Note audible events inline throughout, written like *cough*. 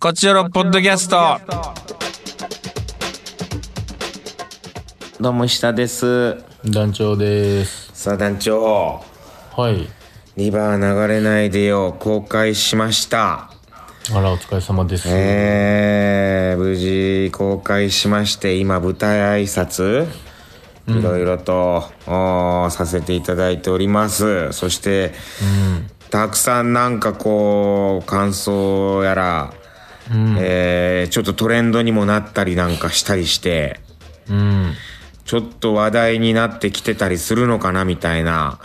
こちらのポッドキャスト。どうも下です。団長です。さあ団長、はい。リバー流れないでよ公開しました。あら、お疲れ様です。えー、無事公開しまして今舞台挨拶いろいろと、おーさせていただいておりますそして、たくさんなんかこう感想やら、えーちょっとトレンドにもなったりなんかしたりしてうん。ちょっと話題になってきてたりするのかなみたいな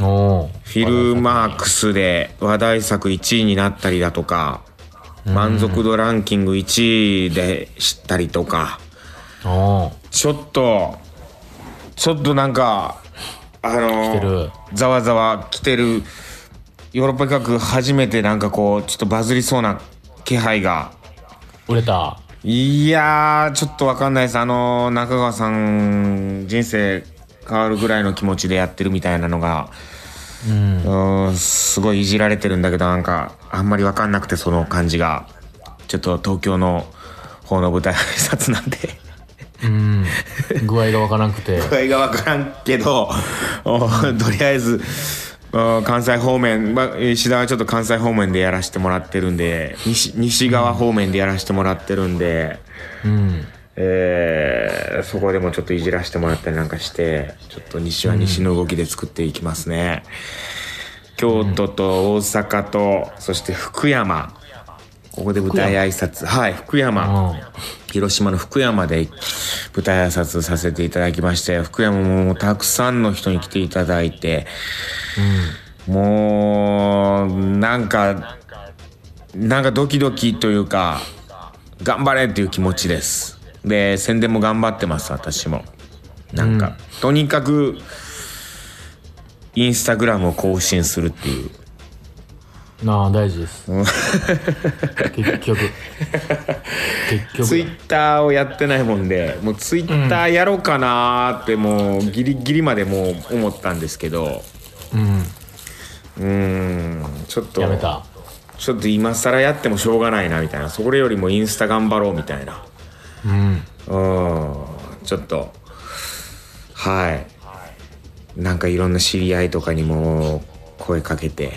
おーフィルマークスで話題作1位になったりだとか、満足度ランキング1位で知ったりとか、おーちょっと、ちょっとなんか、あ来てのる、ざわざわ来てる、ヨーロッパ企画初めてなんかこう、ちょっとバズりそうな気配が。売れた。いやー、ちょっとわかんないです。あの、中川さん、人生変わるぐらいの気持ちでやってるみたいなのが、うん。うんすごいいじられてるんだけどなんかあんまり分かんなくてその感じがちょっと東京の方の舞台挨拶なんでうん。具合がわからなくて。具合が分からんけどおとりあえずお関西方面、まあ、石田はちょっと関西方面でやらせてもらってるんで西西側方面でやらせてもらってるんで、うん。えーそこでもちょっといじらせてもらったりなんかしてちょっと西は西の動きで作っていきますね、京都と大阪とそして福山ここで舞台挨拶はい福山う。広島の福山で舞台挨拶させていただきまして福山もたくさんの人に来ていただいてもうなんかなんかドキドキというか頑張れっていう気持ちですで宣伝も頑張ってます私もなんか、とにかくインスタグラムを更新するっていうんなあ、大事です。結局。結局。ツイッターをやってないもんでもうツイッターやろうかなーってもうギリギリまでもう思ったんですけどうん。うーんちょっとやめた。ちょっと今更やってもしょうがないなみたいなそれよりもインスタ頑張ろうみたいなうん。うんちょっとはいなんかいろんな知り合いとかにも声かけて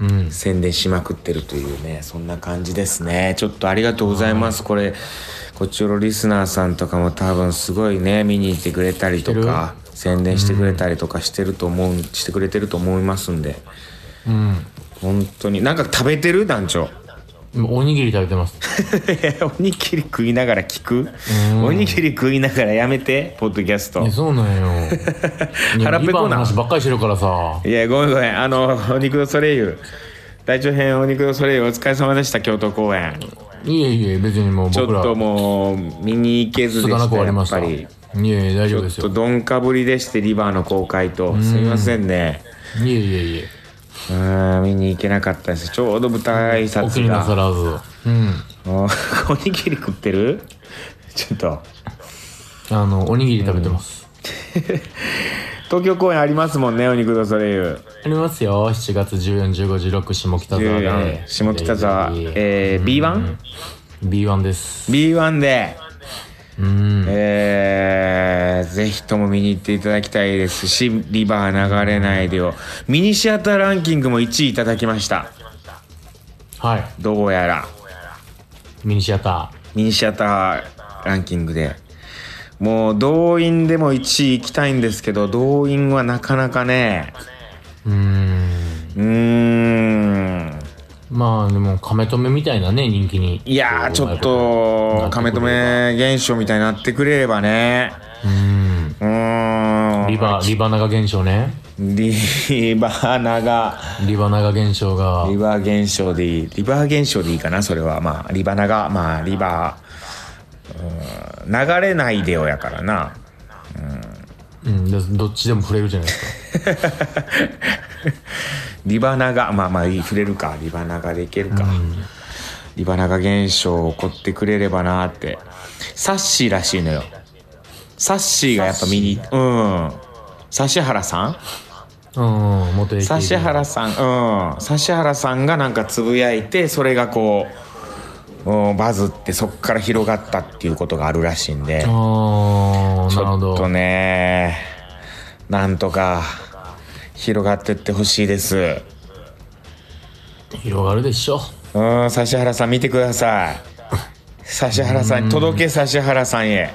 うん。宣伝しまくってるというねそんな感じですねちょっとありがとうございますこれこっちのリスナーさんとかも多分すごいね見に行ってくれたりとか宣伝してくれたりとかしてると思う、してくれてると思いますんでうん。本当になんか食べてる団長 *laughs* 今おにぎり食べてます。おにぎり食いながら聞くうんおにぎり食いながらやめてポッドキャストえ、そうなんよ。い *laughs* や腹ペリバコーのな話ばっかりしてるからさ。いや、ごめんごめん。あの、お肉のソレイユ。大長編お肉のソレイユお疲れ様でした、京都公演。いえいえ、別にもうちょっ僕ら。ともう、見に行けずでつがなしくた、終わりやまっした。ぱいり。えいえ、大ち丈夫ょでっすとよ。どんかぶりでして、リバーの公開と。すみませんね。いえいえいえ。うーん、見に行けなかったです。ちょうど舞台挨お気拶になさが。らず。うん。おお *laughs* にぎり食ってるちょっと。あの、おにぎり食べてます。東京公演ありますもんね、お肉のソレイユ。ありますよ。7月14、15、16、下北沢で。 14下北沢、いえいえいええー、B1?B1 B1 です。で。うん。えー、ぜひとも見に行っていただきたいですし、リバー流れないでよ。ミニシアターランキングも1位いただきました。はい。どうやら。ミニシアタミニシアターランキングで。もう動員でも1位行きたいんですけど、動員はなかなかね、ー。うーん。うーん。まあ、でも、亀止めみたいなね、人気に。いやー、ちょっと、亀止め現象みたいになってくれればね。うーん。うーん。リバ、リバナガ現象ね。リバー長。リバナガ現象がリ、バー現象でいい。リバー現象でいいかな、それは。まあ、リバナが、まあ、リバー、うーん流れないでよやからな。うん、でどっちでも触れるじゃないですリバナが、まあまあ、いい触れるか。リバナがでいけるか。リバナが現象起こってくれればなって。サッシーらしいのよ。サッシーがやっぱ見に、うん。指原さんか。うん、元 AKB。指原さん、うん。指原さんがなんかつぶやいて、それがこう、うんバズってそっから広がったっていうことがあるらしいんでああちなるょほっとどねなんとか広がってってほしいです広がるでしょうん指原さん見てください指原さんに届け指原さん *laughs* へ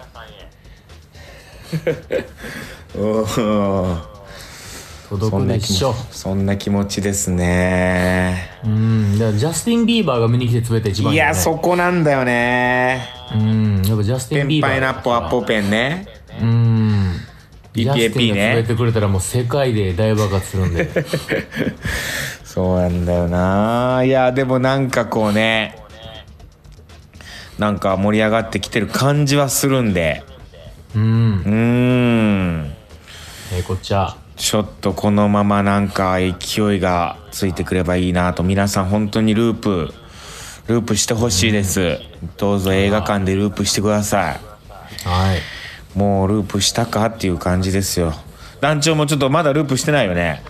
うんそ届んくなで気持しょちそんな気持ちですねうんだからジャスティン・ビーバーが見に来て詰めて一番いいいよねやそこなんだよねうんやっぱジャステペィン・ビンーバーパイナッポアッポペンねうんジ PKP ャスティンが詰めてくれたらもう世界で大爆発するんでそうなんだよないやでもなんかこうねなんか盛り上がってきてる感じはするんでうんうーんえーこっちゃちょっとこのままなんか勢いがついてくればいいなと皆さん本当にループループしてほしいですどうぞ映画館でループしてくださいはいもうループしたかっていう感じですよ団長もちょっとまだループしてないよね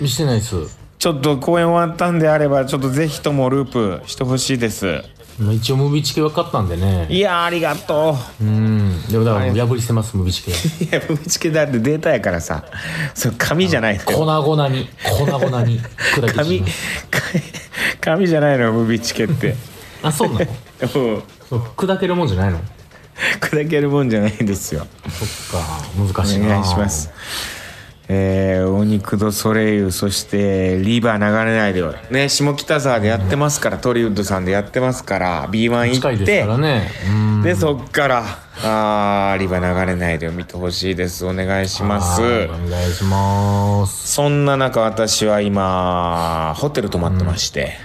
見してないっすちょっと公演終わったんであればちょっとぜひともループしてほしいですまあ一応ムービーチ系分かったんでねいやーありがとうんでもだからもう破りしてますムービーチ *laughs* 系ういやぶちけだってデータやからさそう紙じゃない粉々に粉々に砕け散紙ります紙じゃないのよムビチケってあそうなのうんそう砕けるもんじゃないの *laughs* 砕けるもんじゃないんですよそっか難しいおな願いしますえー、お肉とソレイユそしてリバー流れないでよね下北沢でやってますからトリウッドさんでやってますから B1 近い行っですてからねうんでそっからあーリバー流れないでよ見てほしいですお願いしますはいお願いしますそんな中私は今ホテル泊まってまして、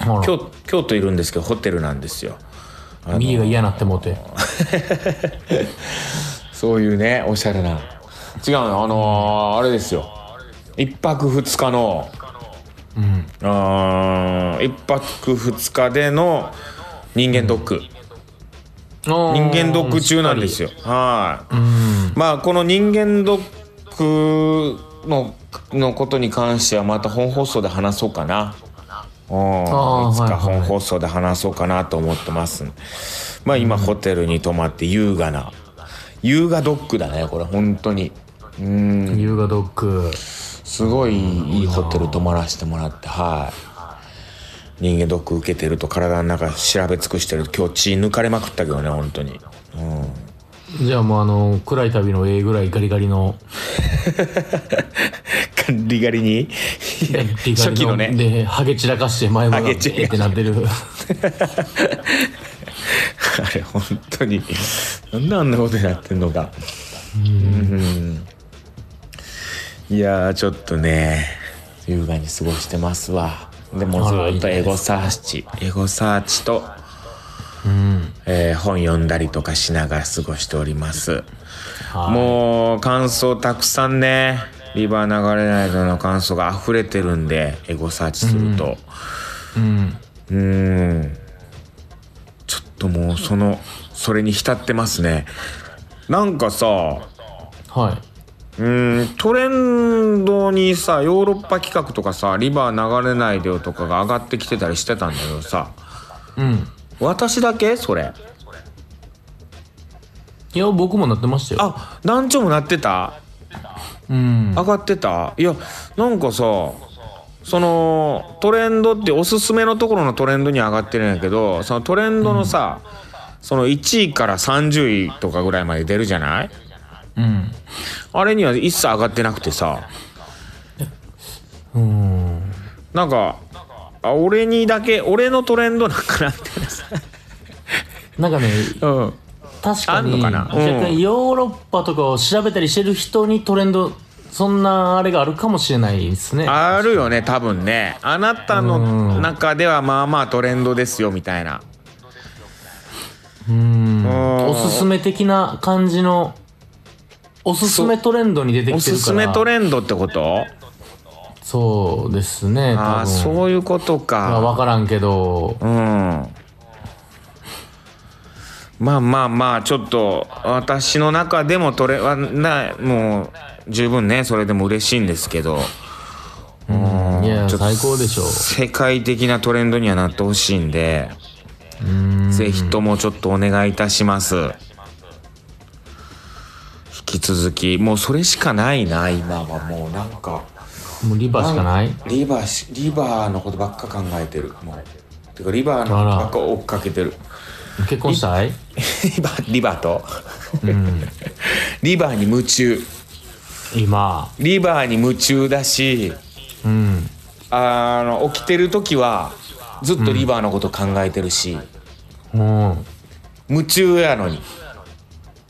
ほら京京都いるんですけどホテルなんですよ右が嫌なってもうてそういうねおしゃれな違うのあのーあれですよ一泊二日のうんあー一泊二日での人間ドック、 *laughs* 人人間ドック中なんですよはうい、んまあこの人間ドックののことに関してはまた本放送で話そうかなうんいあーつかはいはい本放送で話そうかなと思ってます、まあ今ホテルに泊まって優雅な優雅ドックだねこれ本当にうん優雅ドッグすごいいいホテル泊まらせてもらってはい人間ドック受けてると体の中調べ尽くしてる今日血抜かれまくったけどね本当にうんじゃあもうあの暗い旅の A ぐらいガリガリのガリガリにガリガリ初期のねでハゲ散らかして前歯ハがゲ散らかしえってなってるあれ本当になんであんなことになってんのかうんいやーちょっとね優雅に過ごしてますわでもずあらっいいじとゃないエですかゴサーチエゴサーチとうんえー本読んだりとかしながら過ごしております。はいもう感想たくさんね、リバー流れないのの感想が溢れてるんで、エゴサーチすると。うんうーん。ちょっともうその、それに浸ってますね。なんかさ、はうーんトレンドにさヨーロッパ企画とかさ「リバー流れないでよ」とかが上がってきてたりしてたんだけどさいうん私だけそれいや僕もなってましたよあ団長もなってたうん上がってたいやなんかさそのトレンドっておすすめのところのトレンドには上がってるんやけどそのトレンドのさ、その1位から30位とかぐらいまで出るじゃないうんあれには一切上がってなくてさうんなんかあ俺にだけ俺のトレンドなんかなみたいなさ、なんかねうん、確かあんのにかなうん若干ヨーロッパとかを調べたりしてる人にトレンドそんなあれがあるかもしれないですねあるよね多分ねあなたのうん中ではまあまあトレンドですよみたいなうんうんおすすめ的な感じのおすすめトレンドに出ておきすてるすかめらトレンドってことそうですねあ多あ分そういうことか分からんけどうん。まあまあまあ、ちょっと、私の中でもトレ、は、な、もう、十分ね、それでも嬉しいんですけど、いやちょっと最高でしょ世界的なトレンドにはなってほしいんで、ぜひともちょっとお願いいたします。引き続き、もうそれしかないな、今はもうなんか。もうリバーしかないリバーし、リバーのことばっか考えてる。もう。てか、リバーのことばっか追っかけてる。結婚したいリバ *laughs* ー、リバーと、 *laughs* リバーに夢中。今。リバーに夢中だし、うん。あの、起きてる時は、ずっとリバーのこと考えてるし、うん。夢中やのに。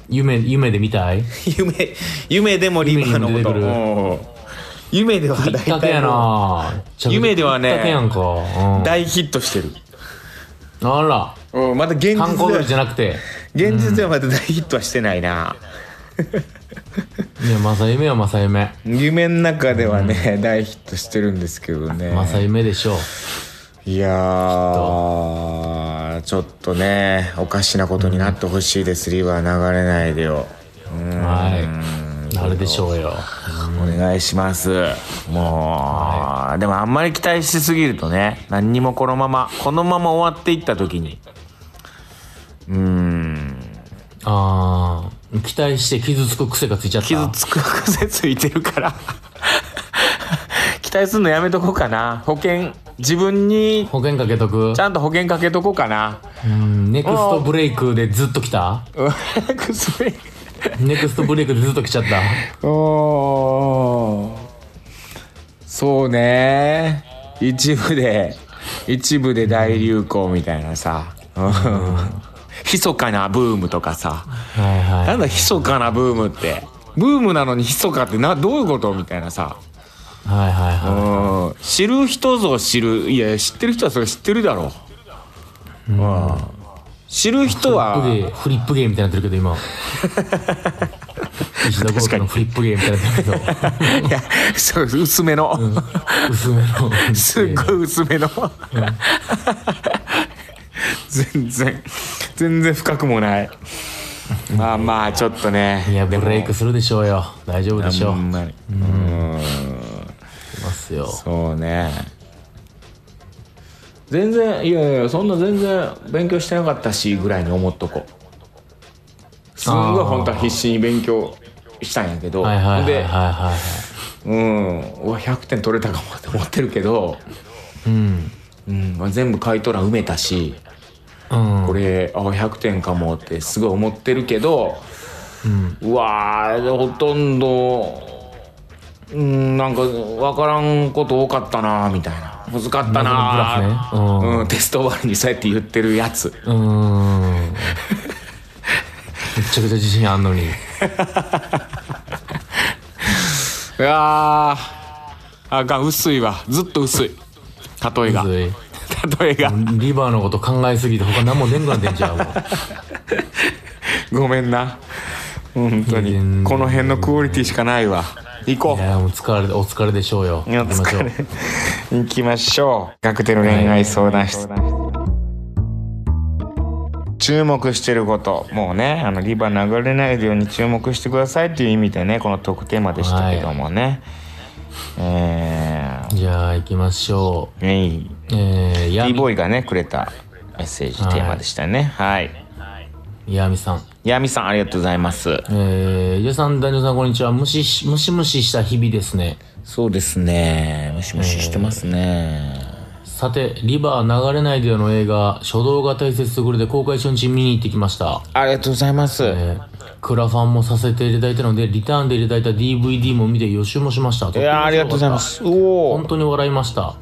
夢、夢で見たい *laughs* 夢夢でもリバーのこと夢に出てくるうん夢ではきっか大けや体もな *laughs* 夢ではねきっかけやんか。う。うん大ヒットしてる、あら。うん、また現実観光でよりじはゃなく *laughs* て。現実ではまた大ヒットはしてないな、いや、まさ夢はまさ夢。夢の中ではね、大ヒットしてるんですけどねまさ夢でしょう。いやーちょっとねおかしなことになってほしいです、リバー流れないでよ、うんはい。なるでしょうよ。お願いしますもう、でもあんまり期待しすぎるとね何にもこのままこのまま終わっていった時にうーんああ。期待して傷つく癖がついちゃった。傷つく癖ついてるから期待するのやめとこうかな保険自分に保険かけとくち。ゃんと保険かけとこうかな *laughs* うん。ネクストブレイクでずっと来たうん薬ネクストブレイクでずっと来ちゃった。おーそうね一部で一部で大流行みたいなさ密かなブームとかさはいはい。なんだ密かなブームってブームなのに密かってなどういうことみたいなさはいはいはうん知る人ぞ知るいや知ってる人はそれ知ってるだろう、うん知る人い。フリはップゲー、フリップゲーみたいになってるけど *laughs* 今。石田豪華のフリップゲーみたいになってるけど。いやそう薄めの、薄めの。すっごい薄めの全然全然深くもないまあまあちょっとねいや、ブレイクするでしょうよ。大丈夫でしょう。ほんいまにうんますよ。そうね全然いやいやそんな全然勉強してなかったしぐらいに思っとこうすんごい本当は必死に勉強したんやけど、はいはいはいはいで、はうん、うわ100点取れたかもって思ってるけど、い。うん。うんまあ、全部回答欄埋めたしうん。これあ100点かもってすごい思ってるけどうん。うわーほとんどうんなんか分からんこと多かったなーみたいな難かったな謎のー、グラフねうんうん、テスト終わりにそうやって言ってるやつうーん。めっちゃくちゃ自信あんのに。うわーあかん薄いわずっと薄い例えがむずい例えがリバーのこと考えすぎて他何も出んくなってんじゃ *laughs* ん。もうごめんな本当いや全に然この辺のクオリティしかないわ行こいうや、もう疲れ、お疲れでしょうよ。いや行きましょう疲れ行きましょう学テの恋愛相談室、注目してることもうねあのリバー流れないように注目してくださいっていう意味でねこのトークテーマでしたけどもね、えじゃあ、行きましょー、えい、う。えー、 T やボーイがねくれたメッセージテーマでしたねはい、み、やみさん。ヤミさんありがとうございますえー、ゆうさん、男女さん、こんにちは。むしし、むしむしした日々ですね。そうですねムシムシしてますね、さて、リバー流れないでよの映画、初動が大切ということで公開初日見に行ってきました。ありがとうございます、えークラファンもさせていただいたので、リターンでいただいた DVD も見て予習もしました。とっていも面やー白かったありがとうございま。すおお本当に笑いました、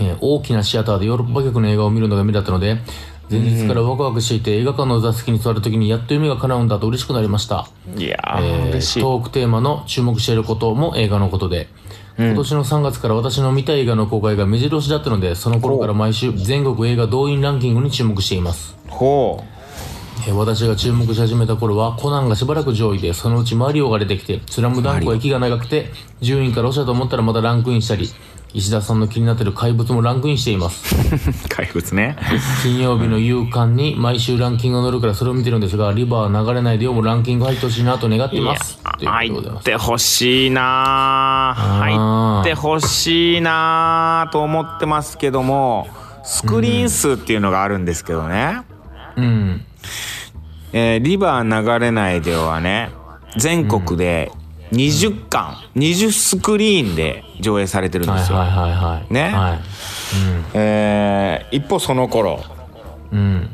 えー大きなシアターでヨーロッパ客の映画を見るのが夢だったので前日からワクワクしていて、映画館の座席に座るときにやっと夢が叶うんだと嬉しくなりました、いやーえー嬉しいトークテーマの注目していることも映画のことで、今年の3月から私の見たい映画の公開が目白押しだったのでその頃から毎週全国映画動員ランキングに注目していますほえー私が注目し始めた頃はコナンがしばらく上位でそのうちマリオが出てきてスラムダンクは息が長くて順位から落ちたと思ったらまたランクインしたり石田さんの気になってる怪物もランクインしています *laughs* う怪物 *laughs* ね金曜日の夕刊に毎週ランキングが載るからそれを見てるんですがリバー流れないでよもランキング入ってほしいなと願っていますということ入でございまっすてほしいなあー入ってほしいなと思ってますけどもスクリーン数っていうのがあるんですけどね、うん。えーリバー流れないではね全国で20巻、20スクリーンで上映されてるんはでいすよ、はいはいはい。ねはい。えー一方その頃うん。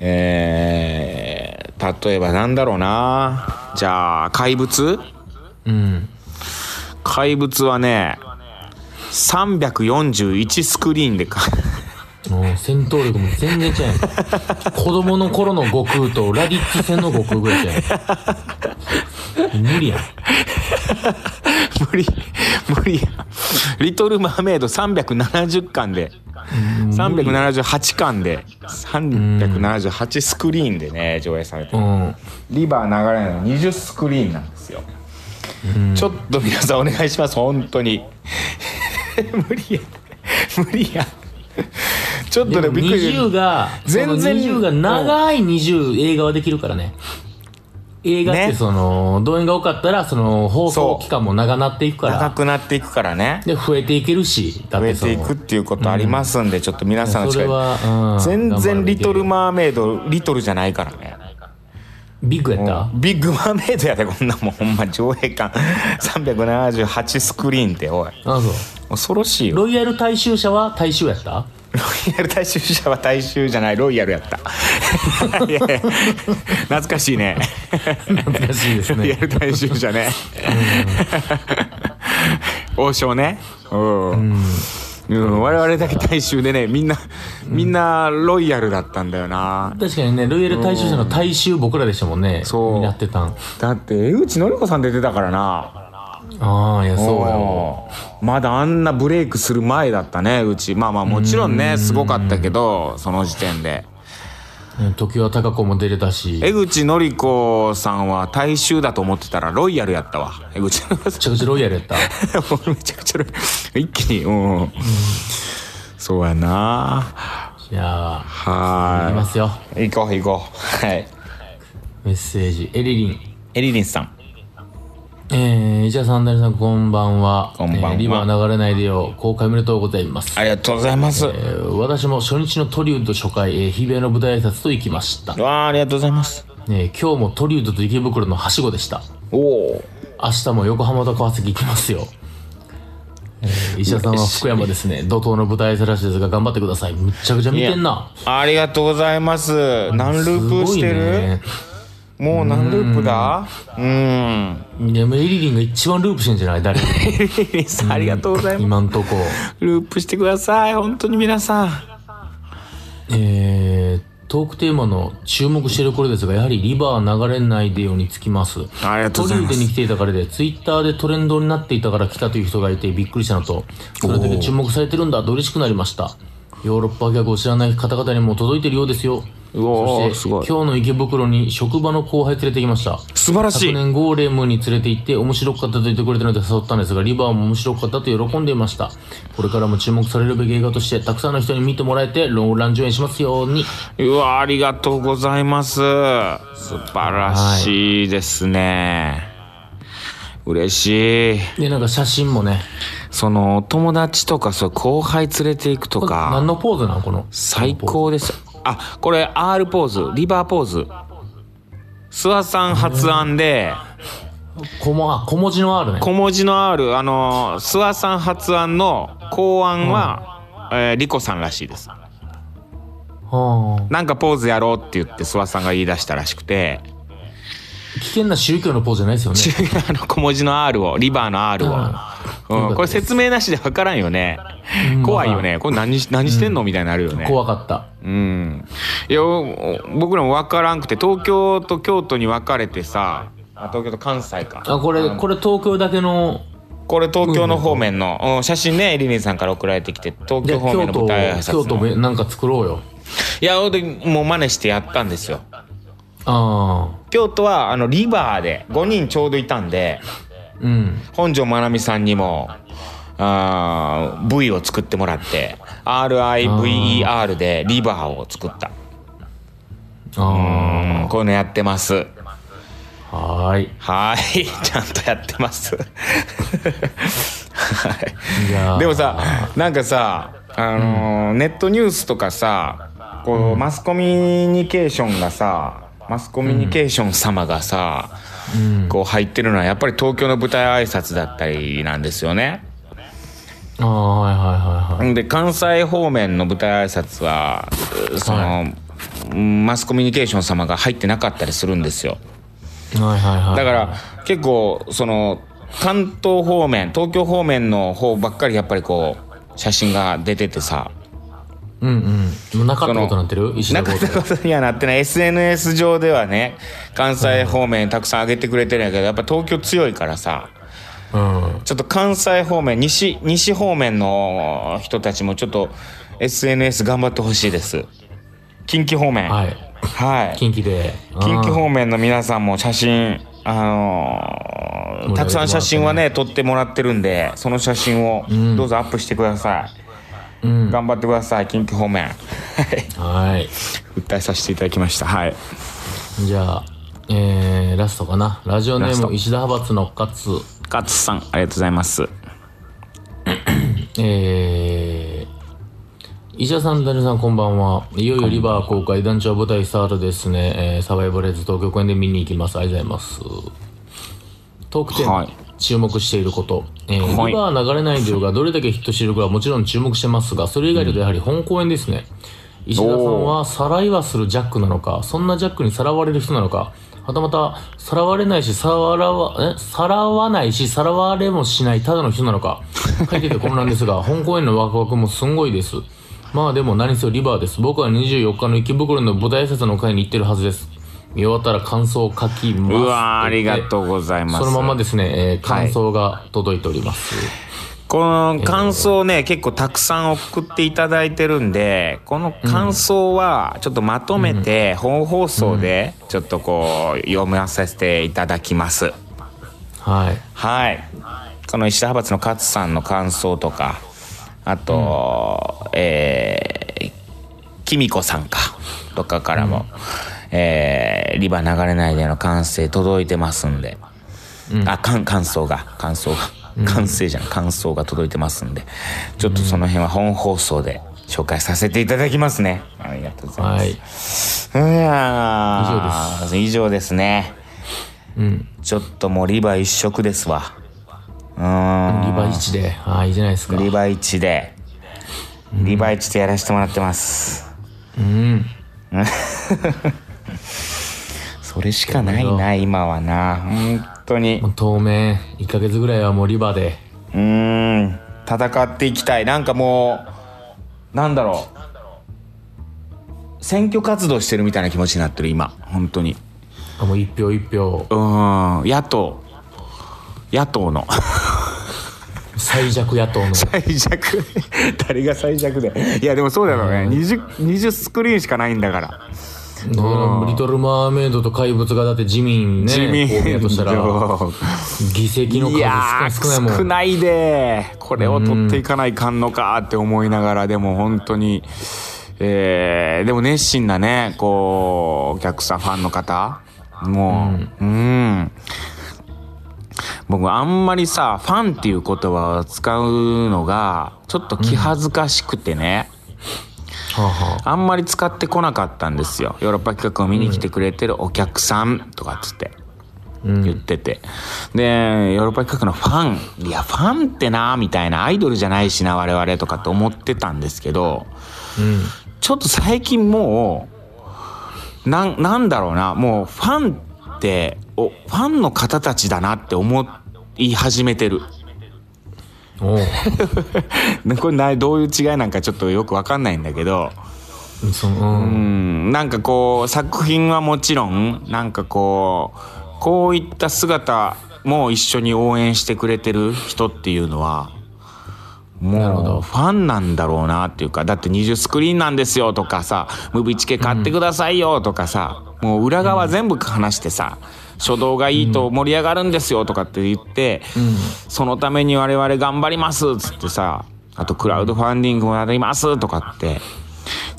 えー例えばなんだろうなじゃあ怪物うん。怪物はね341スクリーンでか *laughs* もう戦闘力も全然違うやん。子供の頃の悟空とラディッツ戦の悟空ぐらい違うやん。無理やん。無理無理リトル・マーメイド370巻で378巻で378スクリーンでね上映されてるうん。リバー流れないの20スクリーンなんですよ、ちょっと皆さんお願いします本当に *laughs* 無理や無理やちょっとねでもびっくり20が、全然その20が長い20映画はできるからね。映画ってねその、動員が多かったら、その、放送期間も長なっていくか高ら、くなっていくからねで、増えていけるし、だっ増えてそていの、くっていうことありますんで、ちょっと皆さんのそ近れいは、うん、全然リトル・ママーメイドリトルじゃないからねビッグやったビッグマーメイドやでこんなもんほんま上映館378スクリーンっておいあ、そう。恐ろしいよロイヤル大衆者は大衆や *laughs* ったロイヤル大衆者は大衆じゃないロイヤルやったいやいや懐かしいね懐かしいですロイヤね。ル大衆者ね王将ねうんうん、我々だけ大衆でねみんなみんなロイヤルだったんだよな、確かにね、ロイヤル大衆者の大衆僕らでしたもんね。そうになってたん。だって江口のり子さん出てたからなああ、いや、そうよ。そうまだあんなブレイクする前だったねうちまあまあもちろんねすごかったけどその時点でね時は高子も出れたし、め江口のり子さんは大衆だと思ってたらロイヤルやったわ江口のり子さちゃくちゃロイヤルやった。ん *laughs* もうめちゃくちゃロイ一気にうん、そうやないやー、いきまはすよ。ーい行こう行こうはいメッセージ。エリリン。エリリンさんえー、じゃあサンダルさんこんばんは。こんばんはえーリバー流れないでよ。公開おめでとうございます。ありがとうございます、えー私も初日のトリウッド初回、えー、日比谷の舞台挨拶と行きました。ねわあありがとうございますえ今日もトリウッドと池袋のはしごでした。おお明日も横浜と川崎行きますよ。えー、石田さんは福山ですね。怒涛の舞台挨拶らしいですが頑張ってください。むっちゃくちゃ見てんな。ありがとうございます何ループしてる、すもう何ループだうん。ごいね。いや、もうエリリンが一番ループしてんじゃない誰よりリリーさんありがとうございま今んとこ。す。ループしてください。本当に皆さん。えー、トークテーマの注目している頃ですが、やはりリバー流れないでよにつきます。ありがとうござトリいウッまドすに来ていたからで、ツイッターでトレンドになっていたから来たという人がいてびっくりしたのと、それだけ注目されてるんだと嬉しくなりました。ヨーロッパ客を知らない方々にも届いてるようですよ。うおーそしてすごい今日の池袋に職場の後輩連れてきました。素晴らし昨い。年ゴーレムに連れて行って面白かったと言ってくれたので誘ったんですがリバーも面白かったと喜んでいましたこれからも注目されるべき映画としてたくさんの人に見てもらえてローラン上演しますようにうわ、ありがとうございます。素晴らしいですね。嬉しい。でなんか写真もねその、お友達とか、そう、後輩連れていくとか、何のポーズなんこの最高です。あ、これ、R ポーズ、リバーポーズ。諏訪さん発案で、小もあ小文字の R ね小文字の R あの諏訪さん発案の考案は、えーリコさんらしいですはあなんかポーズやろうって言って諏訪さんが言い出したらしくて危険な宗教のポーズじゃない *laughs* ですよねあの小文字の R をリバーの R を、うんよかったですこれ説明なしで分からんよねうん怖いよねこれ何し何してんの、みたいになるよね怖かったうんいやお僕らも分からんくて東京と京都に分かれてさあ東京と関西かあこれこれ東京だけのこれ東京の方面の、うん写真ねエリリンさんから送られてきて東じゃ京方あ京面の都舞台挨拶の京都めなんか作ろうよいやほんとにもう真似してやったんですよあ京都はあのリバーで5人ちょうどいたんであうん本上まなみさんにもあー V を作ってもらって RIVER でリバーを作ったあうんこういうのやってますあはーいはーい *laughs* ちゃんとやってますはいじゃあでもさなんかさあのーネットニュースとかさこうマスコミュニケーションがさマスコミュニケーション様がさ、こう入ってるのはやっぱり東京の舞台挨拶だったりなんですよね。ああはいはいはいはいで関西方面の舞台挨拶はうその、うんマスコミュニケーション様が入ってなかったりするんですよ。はいはいはいだから結構その関東方面東京方面の方ばっかりやっぱりこう写真が出ててさうんうんもうなかったことになってる石田なか豪った太ことにはなってない SNS 上ではね関西方面たくさん上げてくれてるんやけどやっぱ東京強いからさうんちょっと関西方面西西方面の人たちもちょっと SNS 頑張ってほしいです近畿方面、はいいはい、近畿で *laughs* 近畿面方面の皆さんも写真あのー盛り上げてもらってねたくさん写真はね撮ってもらってるんでその写真をどうぞアップしてください、うん頑張ってください近畿方面はいはい訴えさせていただきましたはいじゃあえー、ラストかなラジオネラスートム石田派閥の勝勝さんありがとうございますえー石田さん、谷さん、こんばんは。いよいよリバー公開、団長舞台スタートですね。えーサバイバルエイズ東京公演で見に行きます。ありがとうございます。トークテーマ、はい注目していること。えーはいリバー流れない量がどれだけヒットしているかはもちろん注目してますが、それ以外だとやはり本公演ですね。石田さんはさらいはするジャックなのか、そんなジャックにさらわれる人なのか、はたまた、さらわれないし、さらわ、えさらわないし、さらわれもしないただの人なの *laughs* か、書いてて混乱ですが、本公演のワクワクもすんごいです。まあでも何せよリバーです。僕は24日の池袋の舞台挨拶の会に行ってるはずです。見終わったら感想を書きます。うわーありがとうございますそのままですね、えー感想が届いております。この感想をね、結構たくさん送っていただいてるんでこの感想はちょっとまとめて、本放送でちょっとこう読みさせていただきます、はい。はいこの石田派閥の勝さんの感想とかあと、えー、きみこさんかとかからも、えーリバ流れないでの完成届いてますんで、あかん感想が感想が完成じゃん感想が届いてますんでちょっとその辺は本放送で紹介させていただきますねありがとうございます、はい。いや以上です以上ですねうん。ちょっともうリバ一色ですわうーんリバイチで、ああ、いいじゃないですか。リバイチで、リバイチでやらせてもらってます。うん。 *laughs* それしかないな、今はな。本当にも。う当面、1ヶ月ぐらいはもうリバーで。うーん、戦っていきたい。なんかもう、なんだろう。選挙活動してるみたいな気持ちになってる、今。本当に。あもう1票1票う、ーん、野党。野党の最弱 *laughs* 野党の。最弱誰が最弱でいやでもそうだろうね 20, 20スクリーンしかないんだからうんリトル・マーメイドと怪物がだって自民ね、自民こう見るとし *laughs* たら、党議席のいや数少ないもー少ん。ないでこれを取っていかないかんのかって思いながらでも本当に、えーでも熱心なねこうお客さんファンの方もううん僕あんまりさファンっていう言葉を使うのがちょっと気恥ずかしくてね、はあはあんまり使ってこなかったんですよヨーロッパ企画を見に来てくれてるお客さんとかっつって。あうん言ってて、でヨーロッパ企画のファンいやファンってなみたいなアイドルじゃないしな我々とかって思ってたんですけどうちょっと最近もうなんなんだろうなもうファンっておファンの方たちだなって思い始めてる *laughs* ん。おうこれなどういう違いなんかちょっとよくわかんないんだけど。うんその、う。うんんなんかこう作品はもちろんなんかこうこういった姿も一緒に応援してくれてる人っていうのはなるほもうどファンなんだろうなっていうかだって20スクリーンなんですよとかさムービーチケ買ってくださいよとかさ、もう裏側全部話してさ初動がいいと盛り上がるんですよとかって言って、そのために我々頑張りますっつってさあとクラウドファンディングもやりますとかって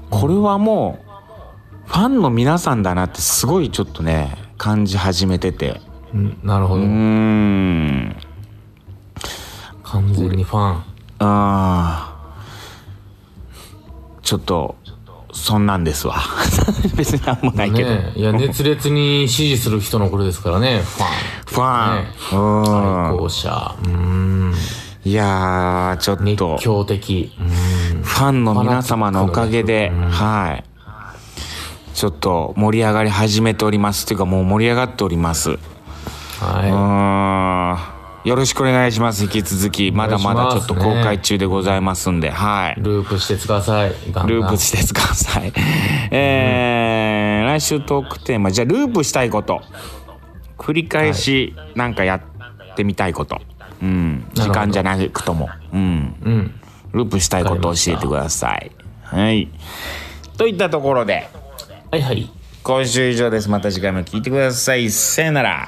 これはもうファンの皆さんだなってすごいちょっとね感じ始めててうんなるほどう。ーん完全にファン。あちょっとそんなんですわ *laughs* 別になんもないけど、ねえいや、熱烈に支持する人のことですからね、ファン。ファン、ねうん愛好者。うん。いやーちょっ熱と狂的。うん。ファンの皆様のおかげで、はい。ちょっと盛り上がり始めております。というかもう盛り上がっております。うはーん。よろしくお願いします。引き続き。まだまだちょっとお願いします公ね開中でございますんで、はいい。。ループしてください。ガンガンループしてください。えー、来週トークテーマ。じゃあ、ループしたいこと。繰り返し、なんかやってみたいこと。うん。な時るほど間じゃなくとも。うん。うん。ループしたいことを教えてください。はい。といったところで、はいはい。今週以上です。また次回も聞いてください。さよなら。